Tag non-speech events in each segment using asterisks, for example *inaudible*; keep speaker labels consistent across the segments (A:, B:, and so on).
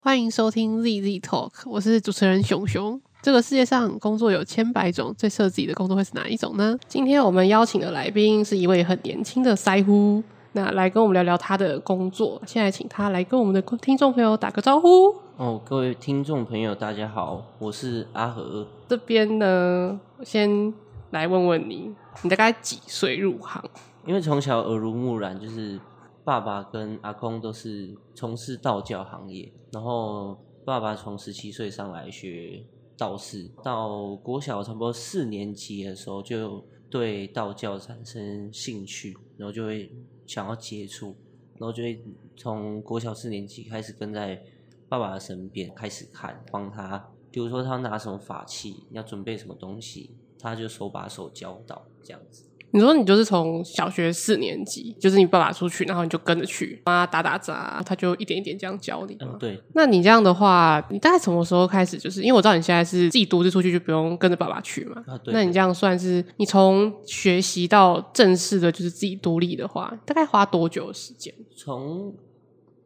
A: 欢迎收听 ZZ Talk，我是主持人熊熊。这个世界上工作有千百种，最适合自己的工作会是哪一种呢？今天我们邀请的来宾是一位很年轻的腮乎，那来跟我们聊聊他的工作。现在请他来跟我们的听众朋友打个招呼。
B: 哦，各位听众朋友，大家好，我是阿和。
A: 这边呢，我先来问问你，你大概几岁入行？
B: 因为从小耳濡目染，就是爸爸跟阿公都是从事道教行业，然后爸爸从十七岁上来学道士，到国小差不多四年级的时候就对道教产生兴趣，然后就会想要接触，然后就会从国小四年级开始跟在爸爸的身边开始看，帮他，比如说他拿什么法器，要准备什么东西，他就手把手教导这样子。
A: 你说你就是从小学四年级，就是你爸爸出去，然后你就跟着去，帮他打打杂，他就一点一点这样教你吗
B: 嗯，对，
A: 那你这样的话，你大概什么时候开始？就是因为我知道你现在是自己独自出去，就不用跟着爸爸去嘛。
B: 啊，对。
A: 那你这样算是你从学习到正式的，就是自己独立的话，大概花多久的时间？
B: 从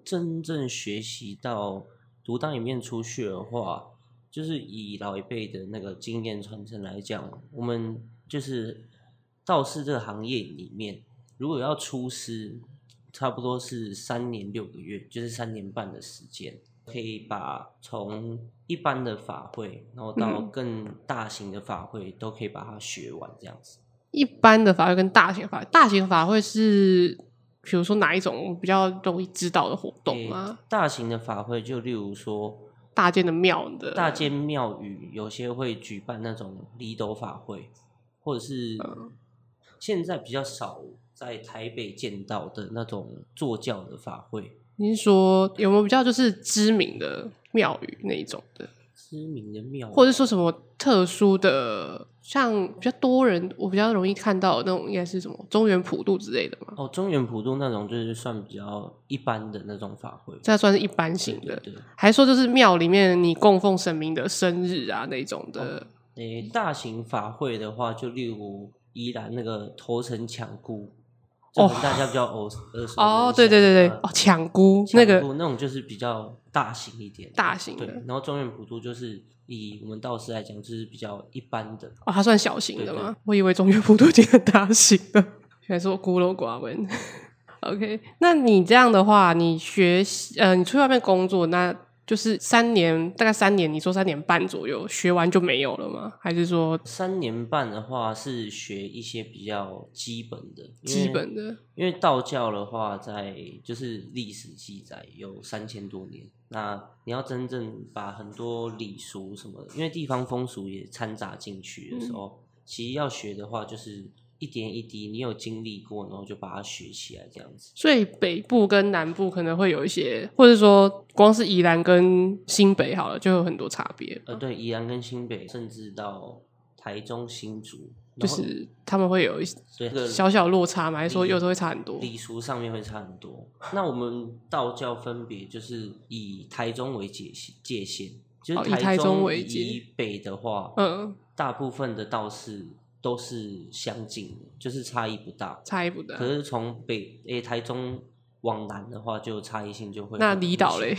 B: 真正学习到独当一面出去的话，就是以老一辈的那个经验传承来讲，我们就是道士这个行业里面，如果要出师，差不多是三年六个月，就是三年半的时间，可以把从一般的法会，然后到
A: 嗯
B: 更大型的法会，都可以把它学完这样子。
A: 一般的法会跟大型法会，大型法会是比如说哪一种比较容易知道的活动
B: 诶
A: 啊？
B: 大型的法会就例如说
A: 大件的庙的
B: 大间庙宇有些会举办那种离斗法会，或者是现在比较少在台北见到的那种坐教的法会。
A: 你是说有没有比较就是知名的庙宇那一种的，
B: 知名的庙宇，
A: 或者说什么特殊的，像比较多人我比较容易看到的那种，应该是什么中原普渡之类的嘛？
B: 哦，中原普渡那种就是算比较一般的那种法会，
A: 这算是一般
B: 对
A: 性
B: 对
A: 的，
B: 对。
A: 还说就是庙里面你供奉神明的生日啊那种
B: 哦
A: 的，
B: 诶、大型法会的话，就例如宜兰那个头城抢姑，这
A: 哦
B: 可能大家比较耳熟耳熟
A: 哦，
B: 能
A: 对对
B: 详
A: 对对
B: 呃，
A: 哦，抢姑
B: 抢
A: 那个
B: 布那种就是比较大型一点，
A: 大型
B: 对
A: 的，
B: 然后中原普渡就是以我们道士来讲，就是比较一般的。
A: 哦，它算小型的
B: 对对
A: 吗？我以为中原普渡已经很大型的， *laughs* 原来是我孤陋寡闻。OK，那你这样的话，你学习呃，你出去外面工作，那就是三年，大概三年，你说三年半左右学完就没有了吗？还是说
B: 三年半的话是学一些比较基本的，因为
A: 基本的？
B: 因为道教的话，在就是历史记载有三千多年，那你要真正把很多礼俗什么的，因为地方风俗也掺杂进去的时候，
A: 嗯
B: 其实要学的话，就是一点一滴，你有经历过，然后就把它学起来这样子。
A: 所以北部跟南部可能会有一些，或者说光是宜兰跟新北好了，就有很多差别。
B: 呃，对，宜兰跟新北，甚至到台中、新竹，
A: 就
B: 然后
A: 是他们会有一些
B: 对这个
A: 小小落差嘛，还是说有时候会差很多？
B: 礼俗上面会差很多。那我们道教分别就是以台中为界限，界限就
A: 哦以
B: 是
A: 台中
B: 中
A: 为界
B: 以北的话，
A: 嗯，
B: 大部分的道士都是相近的，就是差异不大。
A: 差异不大
B: 可。是从北诶、台中往南的话，就差异性就会
A: 那
B: 很明
A: 离岛
B: 显
A: 嘞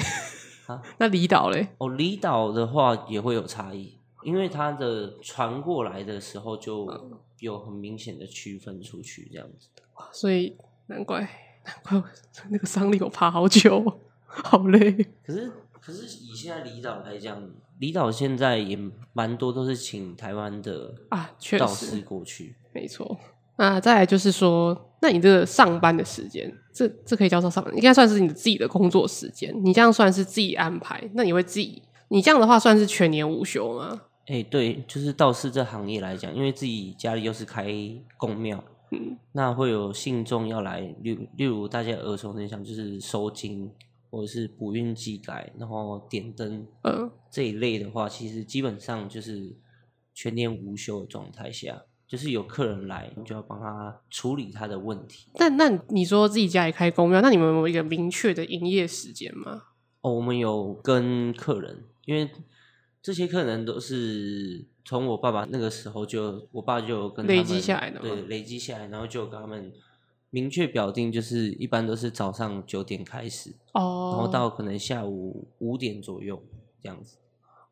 B: 啊？
A: 那离岛嘞？
B: 哦，离岛的话也会有差异，因为它的传过来的时候
A: 嗯
B: 就有很明显的区分出去，这样子。
A: 所以难怪难怪我 *laughs* 那个丧礼我爬好久，好累。
B: 可是，嗯可是以现在离岛来讲，离岛现在也蛮多都是请台湾的
A: 啊确
B: 道
A: 实
B: 士过去。
A: 没错。那再来就是说，那你这个上班的时间，这这可以叫做上班，应该算是你自己的工作时间。你这样算是自己安排，那你会自己，你这样的话算是全年无休吗？
B: 哎、对，就是道士这行业来讲，因为自己家里又是开公庙，
A: 嗯，
B: 那会有信众要来，例如例如大家耳熟能详就是收金或者是补运祭改，然后点灯
A: 嗯，
B: 这一类的话，其实基本上就是全年无休的状态下，就是有客人来，你就要帮他处理他的问题。
A: 但那你说自己家里开公庙，那你们有没有一个明确的营业时间吗？
B: 哦，我们有跟客人，因为这些客人都是从我爸爸那个时候就，我爸就有跟他
A: 累
B: 们
A: 积下来的吗
B: 对，累积下来，然后就有跟他们明确表定，就是一般都是早上九点开始，
A: 哦，
B: 然后到可能下午五点左右这样子。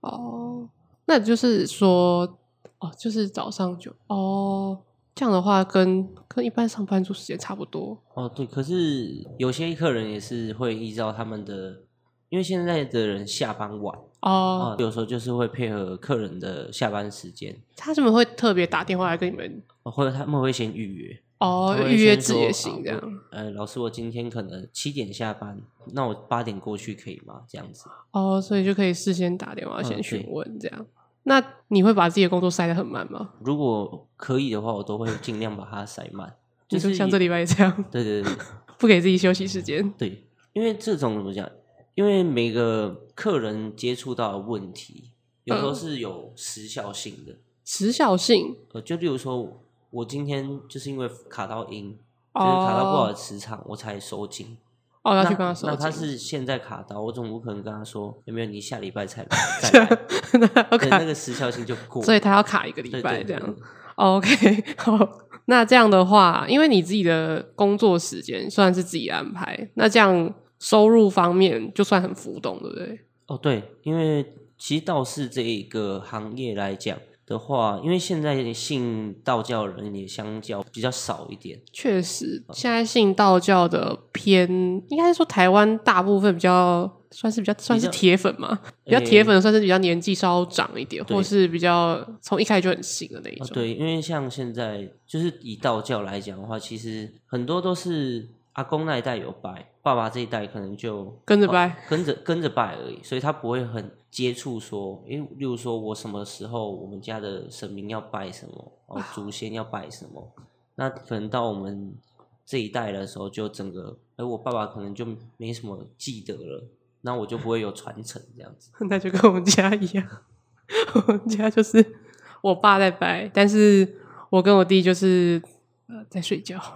A: 哦，那就是说，哦，就是早上九哦，这样的话跟跟一般上班族时间差不多
B: 哦，对，可是有些客人也是会依照他们的，因为现在的人下班晚啊、
A: 哦。
B: 有时候就是会配合客人的下班时间，
A: 他怎么会特别打电话来跟你们
B: 哦或者他们会先预约。
A: 哦
B: 他会
A: 预约
B: 先
A: 制
B: 说
A: 也
B: 啊
A: 行这
B: 我
A: 样
B: 呃，老师，我今天可能七点下班，那我八点过去可以吗？这样子。
A: 哦，所以就可以事先打电话
B: 嗯
A: 先询
B: 对
A: 问这样。那你会把自己的工作塞得很满吗？
B: 如果可以的话，我都会尽量把它塞满。
A: 你
B: 就是
A: 像
B: 也
A: 这礼拜这样，
B: 对对对
A: 不给自己休息时间
B: 对，因为这种怎么讲？因为每个客人接触到的问题，有时候
A: 嗯
B: 是有时效性的。
A: 时效性
B: 呃，就例如说，我今天就是因为卡到音，就是卡到不好
A: 哦
B: 的磁场，我才收紧。
A: 哦，要
B: 那
A: 去跟他说
B: 那他
A: 清
B: 是现在卡到，我总不可能跟他说有没有？你下礼拜才
A: *laughs*
B: 来再来
A: 那要
B: 对，那
A: 卡，
B: 个时效性就过了。
A: 所以他要卡一个
B: 对
A: 礼
B: 对
A: 拜这
B: 对
A: 样。哦
B: 对
A: OK，好， *laughs* 那这样的话，因为你自己的工作时间算是自己安排，那这样收入方面就算很浮动，对不对？
B: 哦，对，因为其实道士这一个行业来讲的话，因为现在信道教人也相较比较少一点。
A: 确实，
B: 嗯
A: 现在信道教的偏，应该是说台湾大部分比较算是比较算是铁粉嘛，比较铁粉的算是比较年纪稍长一点，
B: 对
A: 或是比较从一开始就很信的那一
B: 哦
A: 种。，
B: 对，因为像现在就是以道教来讲的话，其实很多都是阿公那一代有拜，爸爸这一代可能就
A: 跟着
B: 哦
A: 拜 *laughs*
B: 跟着跟着拜而已，所以他不会很接触说，因为例如说我什么时候我们家的神明要拜什么，
A: *laughs*
B: 哦，祖先要拜什么，那可能到我们这一代的时候，就整个，哎，我爸爸可能就没什么记得了，那我就不会有传承这样子。
A: 那就跟我们家一样， *laughs* 我们家就是我爸在掰，但是我跟我弟就是呃在睡觉。 *laughs*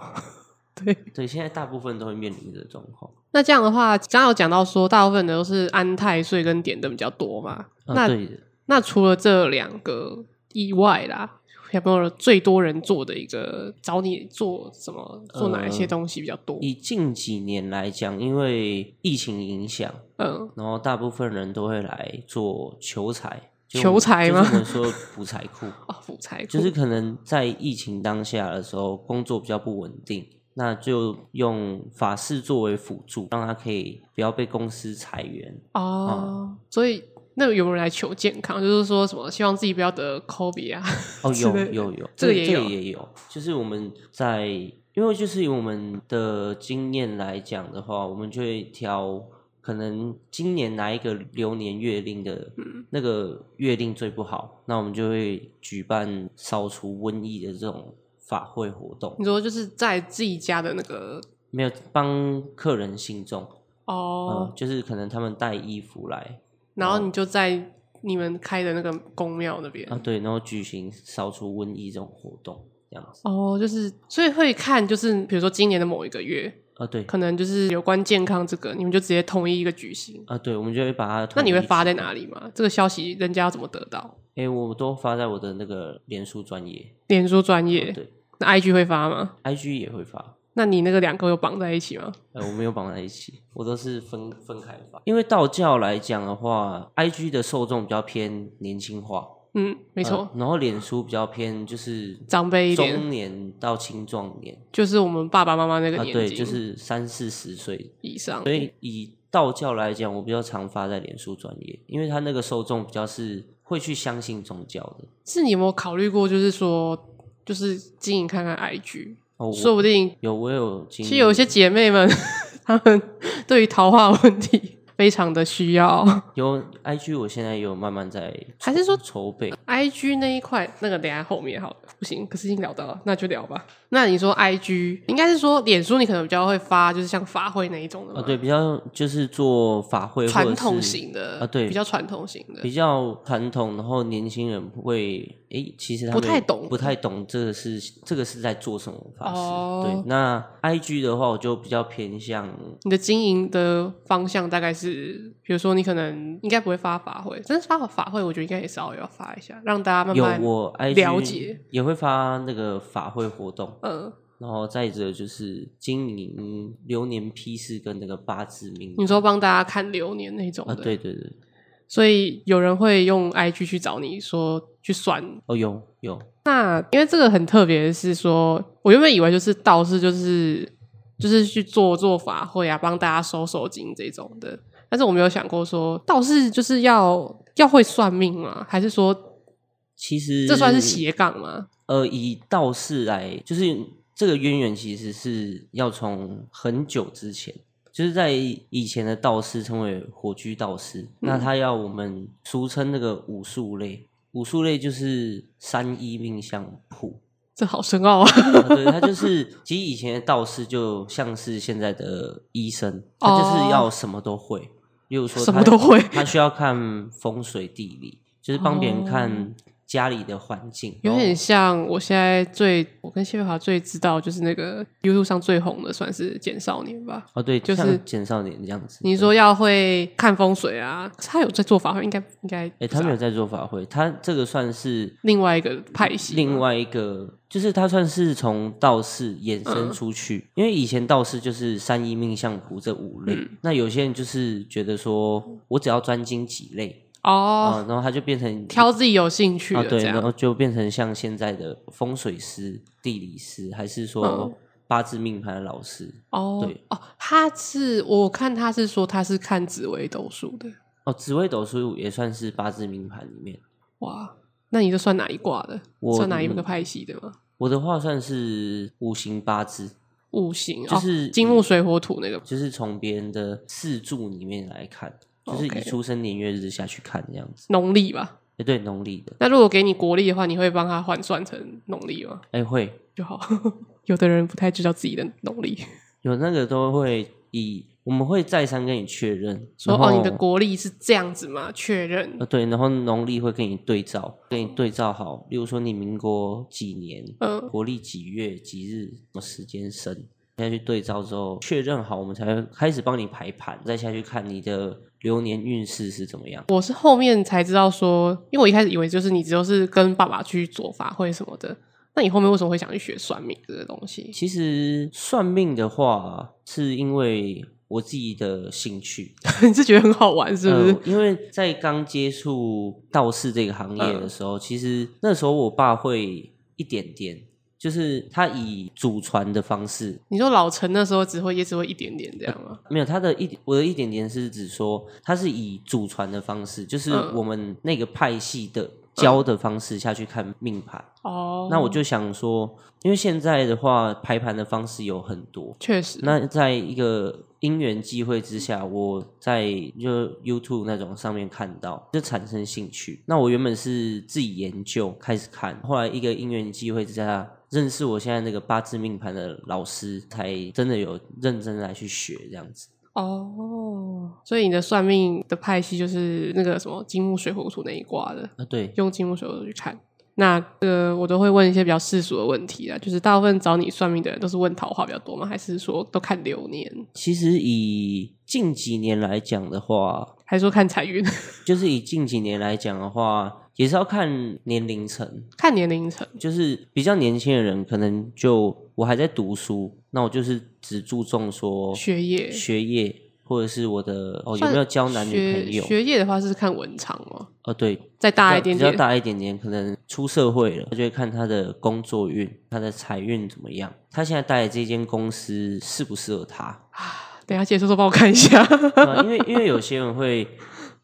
A: 对，
B: 对，现在大部分都会面临这个状况。
A: 那这样的话，刚刚有讲到说，大部分的都是安泰税跟点灯比较多嘛。
B: 啊
A: 那
B: 对的
A: 那除了这两个以外啦，有没有最多人做的一个找你做什么？做哪一些
B: 呃
A: 东西比较多？
B: 以近几年来讲，因为疫情影响，
A: 嗯，
B: 然后大部分人都会来做求财，就
A: 求
B: 我们
A: 财
B: 就
A: 吗
B: 是我们说补财库，
A: 哦，辅财库
B: 就是可能在疫情当下的时候，工作比较不稳定，那就用法事作为辅助，让他可以不要被公司裁员。
A: 哦，所以那有没有人来求健康？就是说什么希望自己不要得 COVID 啊？
B: 哦，
A: 之
B: 有
A: 类的
B: 有有，
A: 这
B: 这
A: 个
B: 个
A: 也
B: 这
A: 有啊
B: 个也有，就是我们在，因为就是以我们的经验来讲的话，我们就会挑可能今年哪一个流年月令的
A: 嗯
B: 那个月令最不好，那我们就会举办扫除瘟疫的这种法会活动
A: 你，说就是在自己家的那个
B: 没有帮客人信众，
A: 哦
B: 嗯，，就是可能他们带衣服来
A: 然后你就在你们开的那个公庙那边
B: 啊，对，然后举行扫除瘟疫这种活动，这样子
A: 哦，就是所以会看，就是比如说今年的某一个月，
B: 啊，对。
A: 可能就是有关健康这个，你们就直接统一一个举行。
B: 啊，对，我们就会把它。
A: 那你会发在哪里吗？这个消息人家要怎么得到？
B: 哎、我都发在我的那个脸书专业，啊
A: 脸书专业，
B: 哦对
A: 那 IG 会发吗？
B: ，IG 也会发。
A: 那你那个两个有绑在一起吗？
B: 呃，我没有绑在一起，我都是分分开发。因为道教来讲的话，IG 的受众比较偏年轻化，
A: 嗯，没
B: 没
A: 错，
B: 然后脸书比较偏就是
A: 长辈一点，
B: 中年到青壮年
A: 就是我们爸爸妈妈那个
B: 啊，
A: 年纪、
B: 对，就是三四十岁。
A: 以上。
B: 所以以道教来讲，我比较常发在脸书专业，因为他那个受众比较是会去相信宗教的。
A: 是你有没有考虑过，就是说，就是经营看看 IG，
B: 哦，
A: 说
B: 我
A: 不定
B: 有我有
A: 其
B: 经历，
A: 实有一些姐妹们， *laughs* 她们对于桃花问题 *laughs* 非常的需要。
B: 有 IG，我现在有慢慢在
A: 还是说
B: 筹备。啊
A: IG 那一块，那个等一下后面好了，不行，可是已经聊到了，那就聊吧。那你说 IG，应该是说脸书，你可能比较会发，就是像法会那一种的嘛
B: 啊，对，比较就是做法会或者
A: 传
B: 是
A: 统型的
B: 啊对
A: 比较传统型的
B: 比较传统，然后年轻人会诶，其实他们
A: 不太懂
B: 不太懂这个是这个是在做什么法事。
A: 哦
B: 对，那 I G 的话，我就比较偏向
A: 你的经营的方向大概是，比如说你可能应该不会发法会，但是发法会，我觉得应该也稍微要发一下，让大家慢
B: 有
A: 慢
B: 我 I G
A: 了解
B: 也会发那个法会活动，
A: 嗯，
B: 然后再者就是经营流年批示跟那个八字命理。
A: 你说帮大家看流年那种
B: 啊？
A: 的，
B: 对对对，
A: 所以有人会用 IG 去找你说去算。
B: 哦有有，
A: 那因为这个很特别，是说我原本以为就是道士就是就是去做做法会啊，帮大家收收金这种的，但是我没有想过说道士就是要要会算命吗？还是说
B: 其实
A: 这算是斜杠吗？
B: 呃，以道士来，就是这个渊源其实是要从很久之前，就是在以前的道士称为火居道士，那
A: 嗯
B: 他要我们俗称那个武术类，武术类就是三一命相谱，
A: 这好深奥啊！
B: 啊对，他就是其实以前的道士就像是现在的医生，他就是要什么都会，例如
A: 哦
B: 说哦
A: 什么
B: 他
A: 都会
B: 他需要看风水地理，就是帮别人看家里的环境，
A: 哦有
B: 然后
A: 点像我现在最我跟谢慧华最知道就是那个 YouTube 上最红的，算是简少年吧。
B: 哦，对，
A: 就
B: 就是是简少年这样子。
A: 你说要会看风水啊，他有在做法会，应该应该
B: 对，
A: 不
B: 哎、
A: 是
B: 他
A: 啊
B: 没有在做法会，他这个算是
A: 另外一个派系，
B: 另外一个，就是他算是从道士衍
A: 嗯
B: 生出去，因为以前道士就是三一命相谱这五
A: 嗯
B: 类，那有些人就是觉得说我只要专精几类啊、
A: 哦，
B: 然后他就变成
A: 挑自己有兴趣
B: 啊
A: 的
B: 对，
A: 这
B: 然
A: 样，
B: 后就变成像现在的风水师、地理师，还是说
A: 嗯
B: 八字命盘的老师。
A: 哦
B: 对
A: 哦，他是我看他是说他是看紫微斗数的，
B: 哦，紫微斗数也算是八字命盘里面。
A: 哇，那你这算哪一卦的？
B: 我嗯
A: 算哪一个派系的吗？
B: 我的话算是五行八字，
A: 五行
B: 就是
A: 哦金木水火土那个，
B: 就是从别人的四柱里面来看，就是以
A: OK
B: 出生年月日下去看这样子。
A: 农历吧。
B: 哎、对，农历的，
A: 那如果给你国历的话，你会帮他换算成农历吗？
B: 哎、会
A: 就好， *laughs* 有的人不太知道自己的农历，
B: 有那个都会以我们会再三跟你确认，
A: 说
B: 然后
A: 哦，你的国历是这样子吗？确认
B: 呃，对，然后农历会跟你对照，跟你对照好，例如说你民国几年，
A: 嗯
B: 国历几月几日，什么时间生，再去对照之后确认好，我们才会开始帮你排盘，再下去看你的流年运势是怎么样。
A: 我是后面才知道说，因为我一开始以为就是你只有是跟爸爸去做法会什么的，那你后面为什么会想去学算命这个东西？
B: 其实算命的话，是因为我自己的兴趣，
A: *laughs* 你是觉得很好玩 *laughs* 是不是？
B: 呃因为在刚接触道士这个行业
A: 嗯
B: 的时候，其实那时候我爸会一点点，就是他以祖传的方式，
A: 你说老陈那时候只会也只会一点点这样啊吗？
B: 没有他的一我的一点点是指说，他是以祖传的方式，就是
A: 嗯
B: 我们那个派系的教的方式下去看命盘。
A: 哦，
B: 那我就想说，因为现在的话排盘的方式有很多，
A: 确实，
B: 那在一个因缘际会之下，我在就 YouTube 那种上面看到，就产生兴趣。那我原本是自己研究开始看，后来一个因缘际会之下，认识我现在那个八字命盘的老师，才真的有认真地来去学这样子。
A: 哦，所以你的算命的派系就是那个什么金木水火土那一卦的，
B: 啊，对，
A: 用金木水火土去看。那呃，我都会问一些比较世俗的问题啊，就是大部分找你算命的人都是问桃花比较多吗？还是说都看流年，
B: 其实以近几年来讲的话，
A: 还是说看财运、 *laughs*
B: 就是以近几年来讲的话，也是要看年龄层。
A: 看年龄层？
B: 就是比较年轻的人，可能就我还在读书，那我就是只注重说
A: 学业
B: 学业，或者是我的哦有
A: 算
B: 没有交男女朋友
A: 学？学业的话是看文昌吗？
B: 哦，对，
A: 再大一点
B: 比较
A: 点
B: 比较，大一点点，可能出社会了，就会看他的工作运、他的财运怎么样，他现在待的这间公司适不适合他？
A: 等一下解说说帮我看一下。 *laughs*
B: 对啊因为因为有些人会，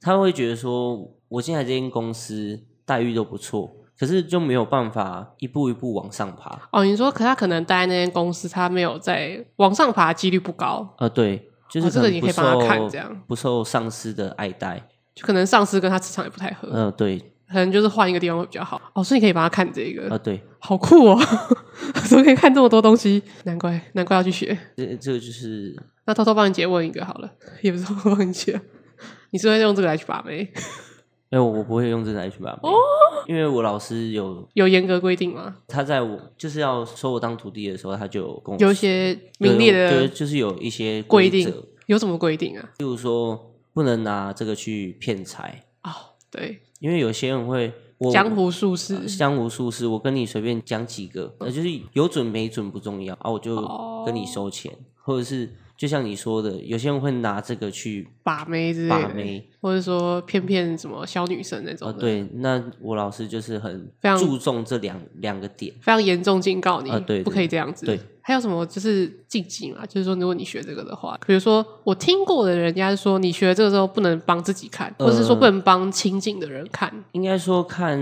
B: 他会觉得说，我现在这间公司待遇都不错，可是就没有办法一步一步往上爬。
A: 哦，你说可他可能待在那间公司，他没有在往上爬，几率不高，
B: 呃，对，就
A: 哦
B: 是
A: 这个
B: 能
A: 你
B: 不
A: 可以帮他看
B: 受
A: 这样
B: 不受上司的爱戴。
A: 就可能上司跟他磁场也不太合，
B: 呃，对，
A: 可能就是换一个地方会比较好。哦，所以你可以帮他看这个，
B: 呃，对，
A: 好酷哦！ *laughs* 怎么可以看这么多东西？难怪难怪要去学。
B: 这这个就是
A: 那偷偷帮你姐问一个好了，也不是偷偷帮你姐， *laughs* 你是会用这个来去把妹？
B: 因为哎我不会用这个来去把
A: 哦
B: 妹，因为我老师有
A: 有严格规定吗？
B: 他在我就是要收我当徒弟的时候，他就有跟我
A: 有一些明
B: 对
A: 列
B: 我就是
A: 的
B: 就是有一些
A: 规
B: 则
A: 定，有什么规定啊？
B: 例如说不能拿这个去骗财，
A: 哦，对，
B: 因为有些人会我
A: 江湖术士
B: 江湖啊术士，我跟你随便讲几个，呃，就是有准没准不重要啊，我就
A: 哦
B: 跟你收钱，或者是就像你说的，有些人会拿这个去
A: 把妹之类
B: 把
A: 的，
B: 妹
A: 或者说骗骗什么小女生那种
B: 啊、
A: 的，，
B: 对，那我老师就是很
A: 非常
B: 注重这两两个点，
A: 非常严重警告你，
B: 啊对
A: 不可以这样子。
B: 对，
A: 还有什么就是禁忌嘛？就是说，如果你学这个的话，比如说我听过的人家是说，你学这个之后不能帮自己看，或者是说
B: 呃
A: 不能帮亲近的人看。
B: 应该说看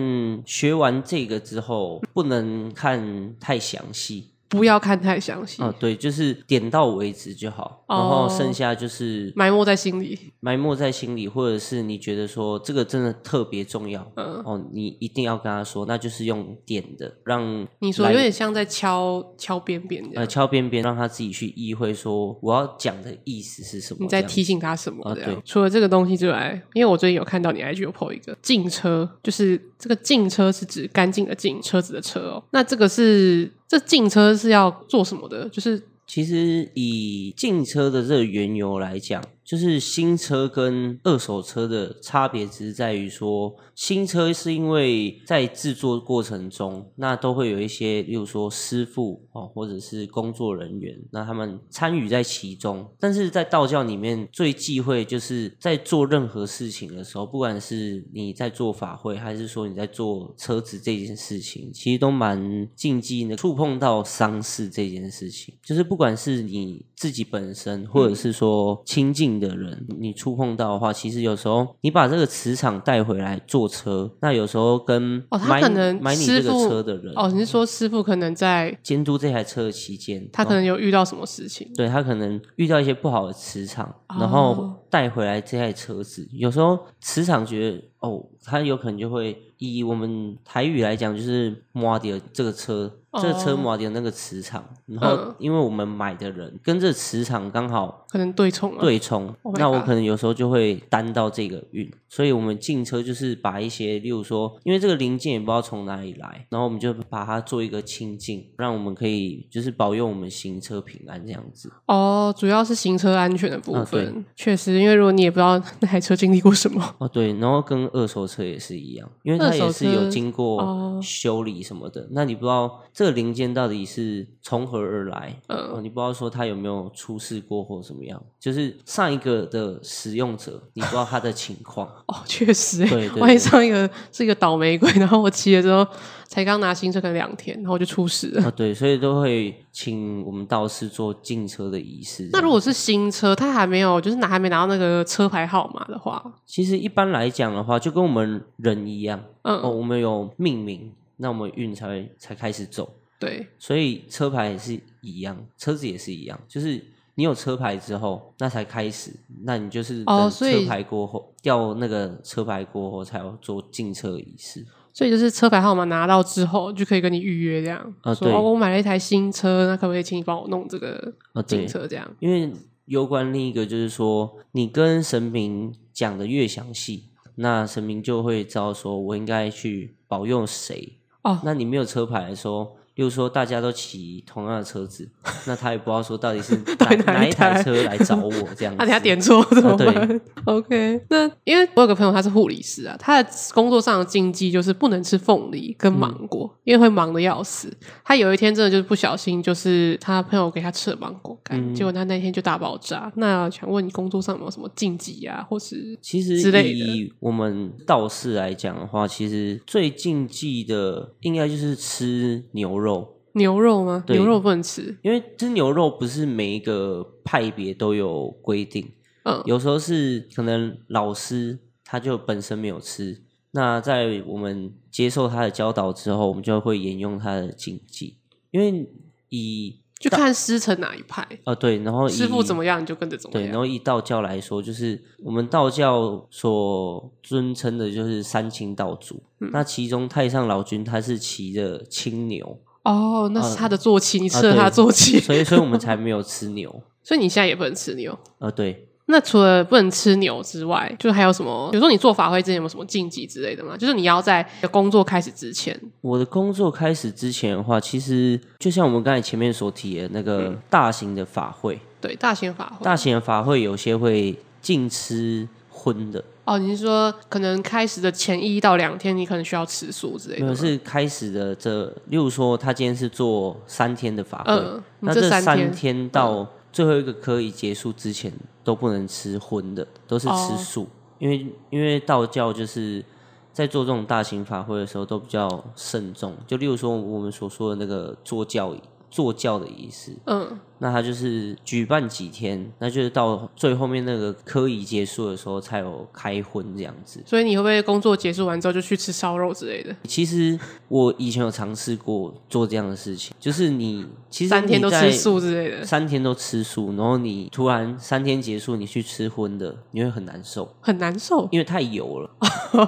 B: 学完这个之后，不能看太详细。
A: 不要看太详细，
B: 啊、对，就是点到为止就好，然
A: 嗯
B: 后
A: 哦
B: 剩下就是
A: 埋没在心里。
B: 埋没在心里，或者是你觉得说这个真的特别重要，
A: 嗯，
B: 哦，你一定要跟他说，那就是用点的，让
A: 你说
B: 来
A: 有点像在敲敲边边这
B: 呃
A: 样，
B: 敲边边，让他自己去意会说我要讲的意思是什么。
A: 你在
B: 这样
A: 提醒他什么
B: 啊
A: 这样。
B: 对
A: 除了这个东西之外，因为我最近有看到你 IG 有 po 一个净车，就是这个净车是指干净的净，车子的车哦。那这个是这净车是要做什么的？就是
B: 其实以进车的这个缘由来讲，就是新车跟二手车的差别，只是在于说，新车是因为在制作过程中，那都会有一些，例如说师傅哦，或者是工作人员，那他们参与在其中。但是在道教里面，最忌讳就是在做任何事情的时候，不管是你在做法会，还是说你在做车子这件事情，其实都蛮禁忌的，触碰到丧事这件事情，就是不管是你自己本身，
A: 嗯
B: 或者是说亲近的人，你触碰到的话，其实有时候你把这个磁场带回来坐车，那有时候跟
A: 哦，他
B: 买
A: 可
B: 你
A: 能
B: 买你
A: 师
B: 这个
A: 傅
B: 车的人，
A: 哦，你是说师傅可能在
B: 监督这台车的期间，
A: 他
B: 哦
A: 可能有遇到什么事情？
B: 对他可能遇到一些不好的磁场，然后
A: 哦
B: 带回来这台车子。有时候磁场觉得哦，他有可能就会以我们台语来讲，就是摩迪这个车，这个车
A: 哦
B: 摩迪那个磁场。然
A: 嗯
B: 后因为我们买的人跟这磁场刚好
A: 可能对冲了。，
B: 对冲，
A: Oh my
B: 那我
A: God
B: 可能有时候就会担到这个运。所以我们进车就是把一些，例如说，因为这个零件也不知道从哪里来，然后我们就把它做一个清净，让我们可以就是保佑我们行车平安这样子。
A: 哦，主要是行车安全的部
B: 啊对
A: 分，确实，因为如果你也不知道那台车经历过什么，
B: 哦，对，然后跟二手车也是一样，因为
A: 二
B: 它也
A: 手
B: 是有
A: 车
B: 经
A: 哦
B: 过修理什么的，那你不知道这个零件到底是从何而来，哦，
A: 嗯，，
B: 你不知道说它有没有出事过或怎么样，就是上一个的使用者，你不知道他的情况
A: *laughs* 哦，确实、欸，
B: 对对
A: 万一
B: 对
A: 上一个是一个倒霉鬼，然后我骑了之后，才刚拿新车，可能两天，然后我就出事了。
B: 啊，对，所以都会请我们道士做进车的仪式这样。
A: 那如果是新车，他还没有，就是拿还没拿到那个车牌号码的话，
B: 其实一般来讲的话，就跟我们人一样，
A: 嗯，
B: 哦，我们有命名，那我们运才会才开始走。
A: 对，
B: 所以车牌也是一样，车子也是一样，就是你有车牌之后，那才开始，那你就是
A: 哦
B: 等
A: 所以
B: 车牌过后，掉那个车牌过后才要做进车仪式。
A: 所以就是车牌号码拿到之后，就可以跟你预约这样，
B: 啊
A: 说
B: 对
A: 哦，我买了一台新车，那可不可以请你帮我弄这个
B: 啊对
A: 进车这样？
B: 因为攸关另一个就是说，你跟神明讲的越详细，那神明就会知道说我应该去保佑谁。
A: 哦
B: 那你没有车牌来说。例如说，大家都骑同样的车子，那他也不知道说到
A: *laughs*
B: 底是哪
A: 底哪一
B: 哪一
A: 台
B: 台
A: 啊
B: 车来找我
A: *laughs*
B: 这样子。
A: 他等下点错怎么
B: 啊对
A: 办、o *laughs* k 那因为我有个朋友他是护理师啊，他的工作上的禁忌就是不能吃凤梨跟芒果，
B: 嗯
A: 因为会忙的要死。他有一天真的就是不小心，就是他朋友给他吃了芒果干，
B: 嗯
A: 结果他那天就大爆炸。那想问你工作上有没有什么禁忌啊，或是
B: 其实
A: 之类的
B: 以我们道士来讲的话，其实最禁忌的应该就是吃牛肉，
A: 牛肉吗？
B: 对
A: 牛肉不能吃，
B: 因为吃牛肉不是每一个派别都有规定，
A: 嗯，
B: 有时候是可能老师他就本身没有吃，那在我们接受他的教导之后，我们就会沿用他的禁忌，因为以
A: 就看师承哪一派，
B: 呃对，然后以
A: 师傅怎么样你就跟着怎么
B: 对，然
A: 样。
B: 后以道教来说，就是我们道教所尊称的就是三清道祖。
A: 嗯
B: 那其中太上老君他是骑着青牛，
A: 哦，那是他的坐骑，你吃
B: 啊
A: 了
B: 对
A: 他的坐骑，
B: 所以所以我们才没有吃牛。
A: *laughs* 所以你现在也不能吃牛。
B: 呃，对，
A: 那除了不能吃牛之外，就是还有什么？比如说你做法会之前有没有什么禁忌之类的吗？就是你要在工作开始之前，
B: 我的工作开始之前的话，其实就像我们刚才前面所提的那
A: 嗯
B: 个大型
A: 哦
B: 的法会，
A: 对大型法会，
B: 大型的法会有些会禁吃荤的，
A: 哦，你是说可能开始的前一到两天，你可能需要吃素之类
B: 没
A: 的
B: 有
A: 吗？
B: 是开始的这，例如说他今天是做三天的法会，
A: 嗯你
B: 那
A: 这
B: 这
A: 三天嗯
B: 三天到最后一个科仪结束之前都不能吃荤的，都是
A: 哦
B: 吃素，因为因为道教就是在做这种大型法会的时候都比较慎重，就例如说我们所说的那个坐教仪坐教的仪式，
A: 嗯，
B: 那他就是举办几天，那就是到最后面那个科仪结束的时候才有开荤这样子。
A: 所以你会不会工作结束完之后就去吃烧肉之类的？
B: 其实我以前有尝试过做这样的事情，就是你其实
A: 三天
B: 你
A: 都
B: 在
A: 吃，素之类的，
B: 三天都吃素，然后你突然三天结束，你去吃荤的，你会很难受，
A: 很难受
B: 因为太油了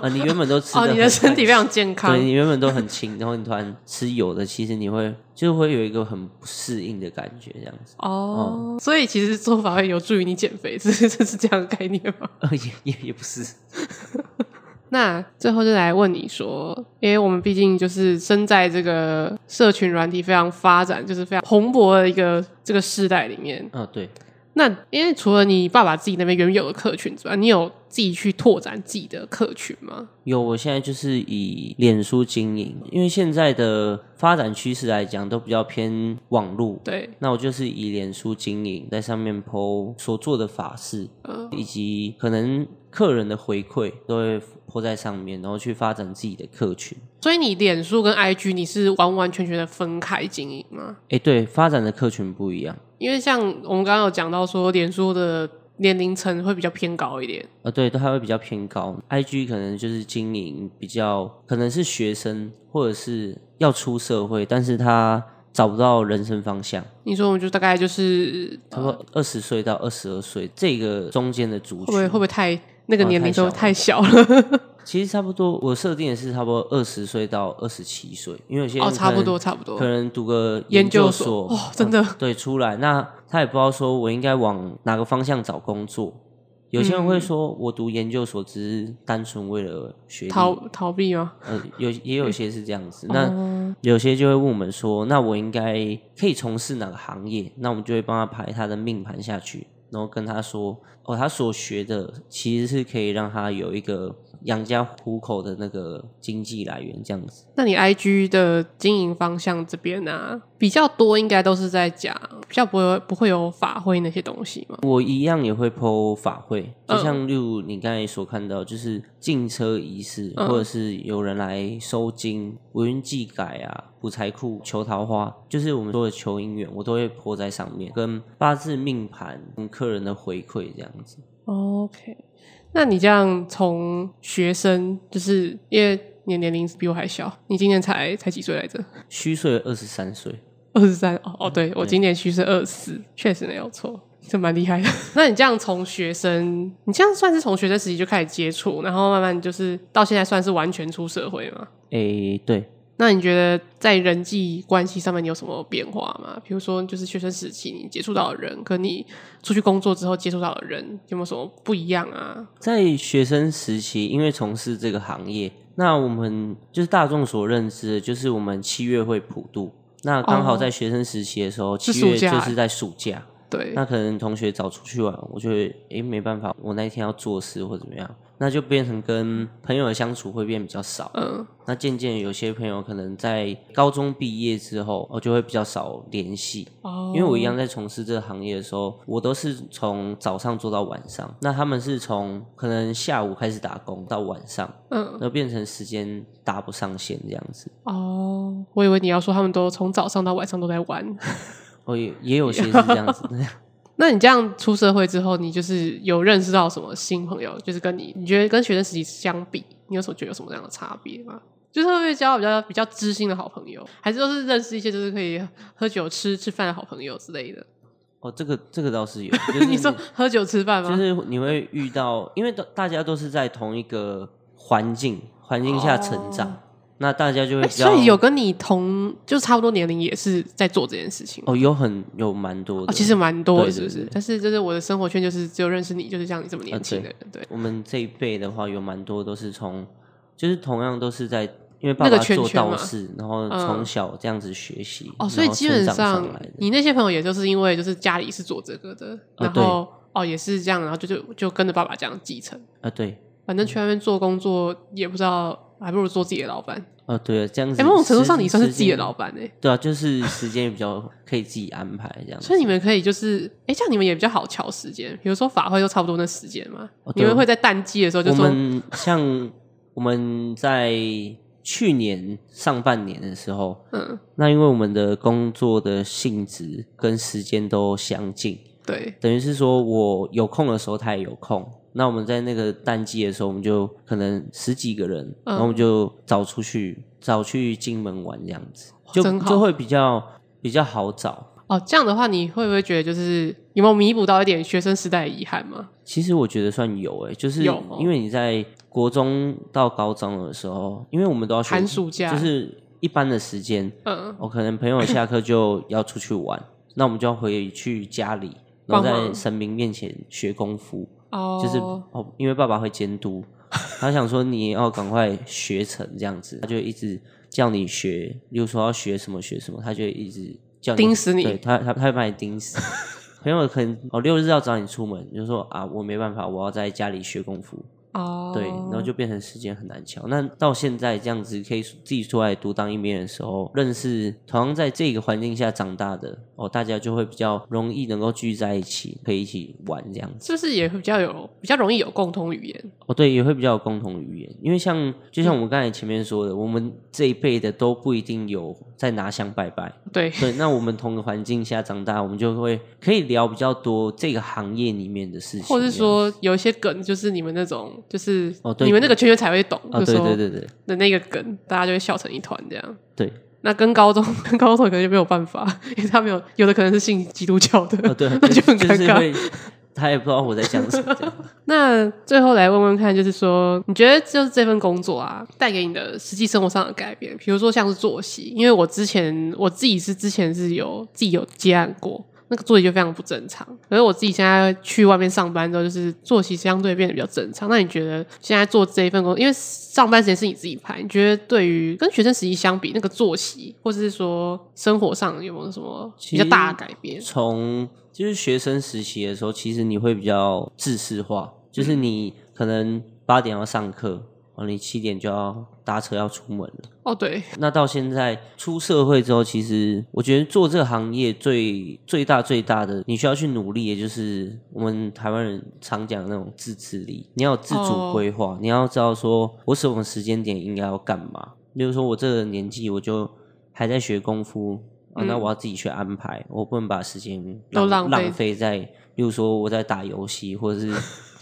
B: 啊！你原本都吃得
A: 哦。你的
B: 很
A: 身体非常健康
B: 对，你原本都很轻，然后你突然吃油的，其实你会就会有一个很不适应的感觉，这样子。 *laughs* 嗯
A: 哦，所以其实做法会有助于你减肥，这这是 *laughs* 这样的概念吗？ *laughs*
B: 呃，也也也不是，
A: 那最后就来问你说，因为我们毕竟就是身在这个社群软体非常发展，就是非常蓬勃的一个这个时代里面。
B: 嗯、对，
A: 那因为除了你爸爸自己那边原有的客群之外，你有自己去拓展自己的客群吗？
B: 有，我现在就是以脸书经营，因为现在的发展趋势来讲，都比较偏网络。
A: 对，
B: 那我就是以脸书经营，在上面 PO 所做的法事，
A: 嗯
B: 以及可能客人的回馈都会 PO 在上面，然后去发展自己的客群。
A: 所以你脸书跟 IG 你是完完全全的分开经营吗？
B: 哎，对，发展的客群不一样。
A: 因为像我们刚刚有讲到说，脸书的年龄层会比较偏高一点，
B: 呃，对，都还会比较偏高。IG 可能就是经营比较，可能是学生或者是要出社会，但是他找不到人生方向，
A: 你说我们就大概就是
B: 差不多二十岁到二十二岁这个中间的族
A: 嗯会不会
B: 群
A: 会，不会太那个
B: 哦
A: 年龄
B: 太小
A: 都
B: 了
A: 太小了？ *laughs* 哦
B: 其实差不多。我设定的是差不多二十岁到二十七岁，因为有些人
A: 哦，差不
B: 可能
A: 多，差不多
B: 可。能读个
A: 研究
B: 究
A: 所
B: 所啊
A: 哦真的
B: 对出来，那他也不知道说我应该往哪个方向找工作。有些人会说，我读研究所只是单纯为了学历，
A: 逃逃避吗？
B: 呃，有也有些是这样子。那
A: 哦，
B: 有些就会问我们说，那我应该可以从事哪个行业？那我们就会帮他排他的命盘下去，然后跟他说，哦，他所学的其实是可以让他有一个养家糊口的那个经济来源，这样子。
A: 那你 IG 的经营方向这边呢、比较多，应该都是在讲比较不会不会有法会那些东西嘛？
B: 我一样也会剖法会，就
A: 嗯
B: 像例如你刚才所看到，就是进车仪式，
A: 嗯
B: 或者是有人来收金、为运祭改啊、补财库、求桃花，就是我们说的求姻缘，我都会剖在上面，跟八字命盘、跟客人的回馈这样子。
A: OK，那你这样从学生，就是因为你的年龄比我还小，你今年才才几岁来着？
B: 虚岁二十三岁，
A: 二十三哦哦，对我今年虚是二四，确实没有错，这蛮厉害的。 *laughs* 那你这样从学生，你这样算是从学生时期就开始接触，然后慢慢就是到现在算是完全出社会嘛？
B: 诶，对，
A: 那你觉得在人际关系上面你有什么变化吗？比如说，就是学生时期你接触到的人，跟你出去工作之后接触到的人，有没有什么不一样啊？
B: 在学生时期，因为从事这个行业，那我们就是大众所认知的，就是我们七月会普渡。那刚好
A: 哦
B: 在学生时期的时候，
A: 是
B: 七
A: 暑
B: 月
A: 假
B: 就是在暑假，
A: 对，
B: 那可能同学早出去玩，我就会诶没办法，我那一天要做事或怎么样，那就变成跟朋友的相处会变比较少。
A: 嗯，
B: 那渐渐有些朋友可能在高中毕业之后，哦我就会比较少联系，
A: 哦，
B: 因为我一样在从事这个行业的时候，我都是从早上做到晚上，那他们是从可能下午开始打工到晚上，
A: 嗯，
B: 那变成时间搭不上线这样子。
A: 哦，我以为你要说他们都从早上到晚上都在玩。
B: 哦，也也有些是
A: *laughs*
B: 这样子的。
A: 那你这样出社会之后，你就是有认识到什么新朋友？就是跟你，你觉得跟学生时期相比，你有什么觉得有什么样的差别吗？就是会不会交到比较比较知心的好朋友，还是都是认识一些就是可以喝酒吃吃饭的好朋友之类的？
B: 哦，这个这个
A: *laughs*
B: 倒是有，就是
A: 你说喝酒吃饭吗？
B: 就是你会遇到，因为都大家都是在同一个环境环境下成长，
A: 哦
B: 那大家就会
A: 哎
B: 比较、
A: 所以有跟你同就差不多年龄也是在做这件事情吗。
B: 哦有很有蛮多的、
A: 哦，其实蛮多的，
B: 对对
A: 是不是？
B: 对
A: 但是就是我的生活圈就是只有认识你，就是像你这么年
B: 啊
A: 轻的
B: 对
A: 人，对。
B: 我们这一辈的话，有蛮多都是从就是同样都是在因为爸
A: 那个
B: 爸
A: 圈
B: 做
A: 圈
B: 道
A: 嘛
B: 士，然后
A: 嗯
B: 从小这样子学习
A: 哦，所以
B: 然后
A: 基
B: 成
A: 本
B: 长上
A: 上
B: 来的
A: 你那些朋友也就是因为就是家里是做这个的，
B: 啊
A: 然后、哦也是这样，然后就就就跟着爸爸这样继承。
B: 啊对
A: 反正去外面做工作也不知道，还不如做自己的老板。
B: 哦，对，这样子
A: 哎、某种程度上
B: 时
A: 你算是
B: 时
A: 自己的
B: 间
A: 老板哎、
B: 对啊，就是时间也比较可以自己安排这样
A: *laughs*
B: 子。
A: 所以你们可以就是，哎、这样你们也比较好瞧时间。比如说法会都差不多那时间嘛，
B: 哦
A: 你
B: 对
A: 们会在淡季的时候就
B: 我
A: 说，
B: 们像我们在去年上半年的时候，
A: 嗯，
B: 那因为我们的工作的性质跟时间都相近，
A: 对，
B: 等于是说我有空的时候他也有空。那我们在那个淡季的时候，我们就可能十几个人，
A: 嗯
B: 然后我们就早出去，早去金门玩这样子，就
A: 真好
B: 就会比较比较好找。
A: 哦，这样的话你会不会觉得就是有没有弥补到一点学生时代的遗憾吗？
B: 其实我觉得算有诶、就是
A: 有哦
B: 因为你在国中到高中的时候，因为我们都要学
A: 寒暑假
B: 就是一般的时间，
A: 嗯，
B: 我、可能朋友下课就要出去玩，那我们就要回去家里，然后
A: 帮忙
B: 在神明面前学功夫，
A: 哦，
B: 就是哦，因为爸爸会监督，他想说你要赶快学成这样子，他就一直叫你学，例如说要学什么学什么，他就一直叫你
A: 盯死你
B: 对他他他会把你盯死。 *laughs* 朋友可能哦六日要找你出门，你就说啊我没办法，我要在家里学功夫，
A: 哦，
B: 对，然后就变成时间很难瞧。那到现在这样子可以自己出来独当一面的时候，认识同样在这个环境下长大的哦，大家就会比较容易能够聚在一起，可以一起玩这样子。
A: 是不是也会比较有比较容易有共同语言？
B: 哦，对，也会比较有共同语言，因为像就像我们刚才前面说的，我们这一辈的都不一定有在拿香拜拜，
A: 对，
B: 对，那我们同个环境下长大，我们就会可以聊比较多这个行业里面的事情，
A: 或是说有一些梗就是你们那种就是
B: 哦对
A: 你们那个圈圈才会懂，
B: 这样，啊、
A: 就
B: 对对
A: 说
B: 对对
A: 的那个梗，大家就会笑成一团这样。
B: 对，
A: *laughs* 那跟高中跟高中可能就没有办法，因为他没有有的可能是信基督教的，
B: 哦对，
A: 那就很尴
B: 是
A: 尬。
B: 会他也不知道我在讲什么
A: *laughs*
B: 这样，
A: 那最后来问问看，就是说，你觉得就是这份工作啊，带给你的实际生活上的改变，比如说像是作息，因为我之前我自己是之前是有自己有接案过，那个作息就非常不正常。可是我自己现在去外面上班之后，就是作息相对变得比较正常。那你觉得现在做这一份工因为上班时间是你自己排，你觉得对于跟学生时期相比，那个作息或者是说生活上有没有什么比较大的改变？
B: 从就是学生时期的时候，其实你会比较制式化，就是你可能八点要上课，哦，你七点就要搭车要出门了。
A: 哦，对，
B: 那到现在出社会之后，其实我觉得做这个行业最最大最大的你需要去努力，也就是我们台湾人常讲的那种自制力。你要有自
A: 哦
B: 主规划，你要知道说我什么时间点应该要干嘛。比如说我这个年纪，我就还在学功夫、啊，
A: 嗯
B: 那我要自己去安排，我不能把时间
A: 都浪
B: 浪
A: 费
B: 费在，例如说我在打游戏或者是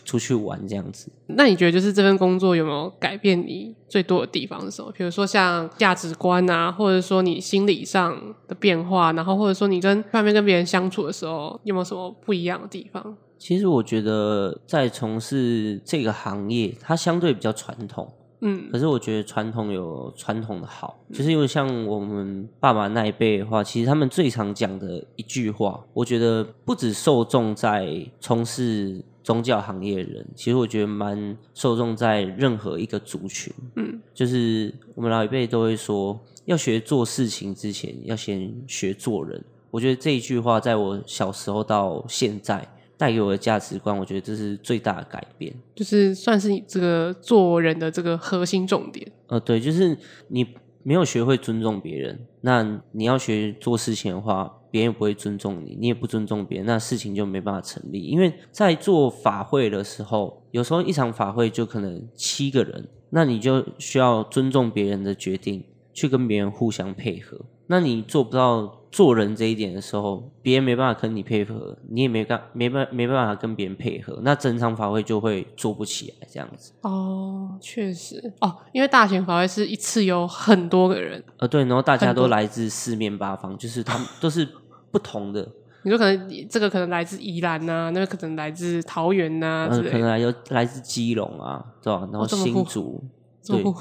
B: 出去玩这样子。
A: 那你觉得就是这份工作有没有改变你最多的地方是什么？比如说像价值观啊，或者说你心理上的变化，然后或者说你跟外面跟别人相处的时候有没有什么不一样的地方？
B: 其实我觉得在从事这个行业，它相对比较传统。
A: 嗯，
B: 可是我觉得传统有传统的好，就是因为像我们爸爸那一辈的话，其实他们最常讲的一句话，我觉得不止受众在从事宗教行业的人，其实我觉得蛮受众在任何一个族群。
A: 嗯，
B: 就是我们老一辈都会说，要学做事情之前，要先学做人。我觉得这一句话在我小时候到现在带给我的价值观，我觉得这是最大的改变。
A: 就是算是你这个做人的这个核心重点。
B: 呃，对，就是你没有学会尊重别人，那你要学做事情的话，别人也不会尊重你，你也不尊重别人，那事情就没办法成立。因为在做法会的时候，有时候一场法会就可能七个人，那你就需要尊重别人的决定，去跟别人互相配合。那你做不到做人这一点的时候，别人没办法跟你配合，你也没干没办没办法跟别人配合，那整场法会就会做不起来这样子。
A: 哦，确实哦，因为大型法会是一次有很多个人，
B: 呃，对，然后大家
A: 很多
B: 都来自四面八方，就是
A: *laughs*
B: 他们都是不同的，
A: 你说可能这个可能来自宜兰呐、那个可能来自桃园呐、
B: 呃，
A: 之类
B: 可
A: 的，
B: 能来有来自基隆啊，对吧、然
A: 哦
B: 后
A: 这么
B: 新
A: 酷
B: 竹，
A: 这么
B: 对
A: 酷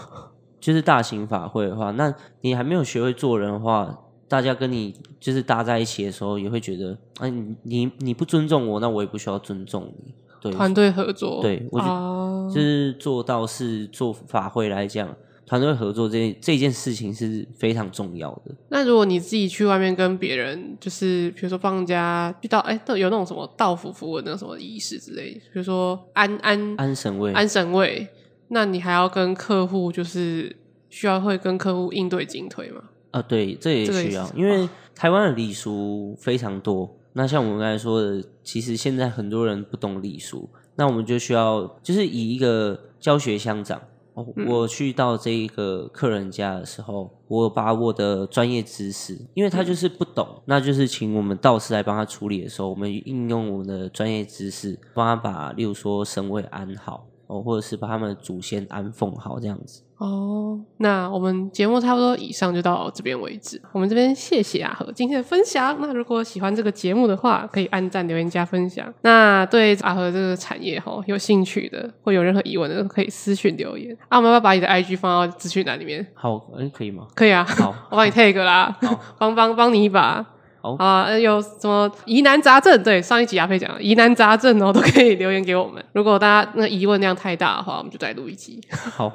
B: 就是大型法会的话，那你还没有学会做人的话，大家跟你就是搭在一起的时候，也会觉得，啊，你你你不尊重我，那我也不需要尊重你，对，
A: 团队合作，
B: 对我觉得
A: 哦
B: 就是做道士做法会来讲，团队合作这这件事情是非常重要的。
A: 那如果你自己去外面跟别人，就是比如说帮人家去到，哎、那有那种什么道府服务的那个什么仪式之类的，比如说安安
B: 安神位，
A: 安神位，那你还要跟客户就是需要会跟客户应对进退嘛？
B: 啊，对，这也
A: 这个哦也
B: 需
A: 是
B: 要
A: 什，么
B: 因为台湾的礼俗非常多。那像我们刚才说的，其实现在很多人不懂礼俗，那我们就需要就是以一个教学相长。哦，
A: 嗯
B: 我去到这一个客人家的时候，我把我的专业知识，因为
A: 嗯
B: 他就是不懂，那就是请我们道士来帮他处理的时候，我们应用我们的专业知识，帮他把，例如说神位安好，哦，或者是把他们的祖先安奉好这样子。
A: 哦，那我们节目差不多以上就到这边为止。我们这边谢谢阿和今天的分享。那如果喜欢这个节目的话，可以按赞、留言、加分享。那对阿和这个产业哈有兴趣的，或有任何疑问的，都可以私讯留言。啊，我们要不要把你的 IG 放到资讯栏里面？
B: 好，哎，可以吗？
A: 可以啊，
B: 好
A: 我帮你 tag 啦
B: 好，
A: *laughs* 帮帮帮你一把。
B: 好
A: 啊、呃有什么疑难杂症？对，上一集阿飞讲了疑难杂症哦，都可以留言给我们。如果大家那疑问量太大的话，我们就再录一集。
B: 好，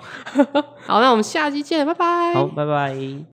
A: 好，那我们下期见，拜拜。
B: 好，拜拜。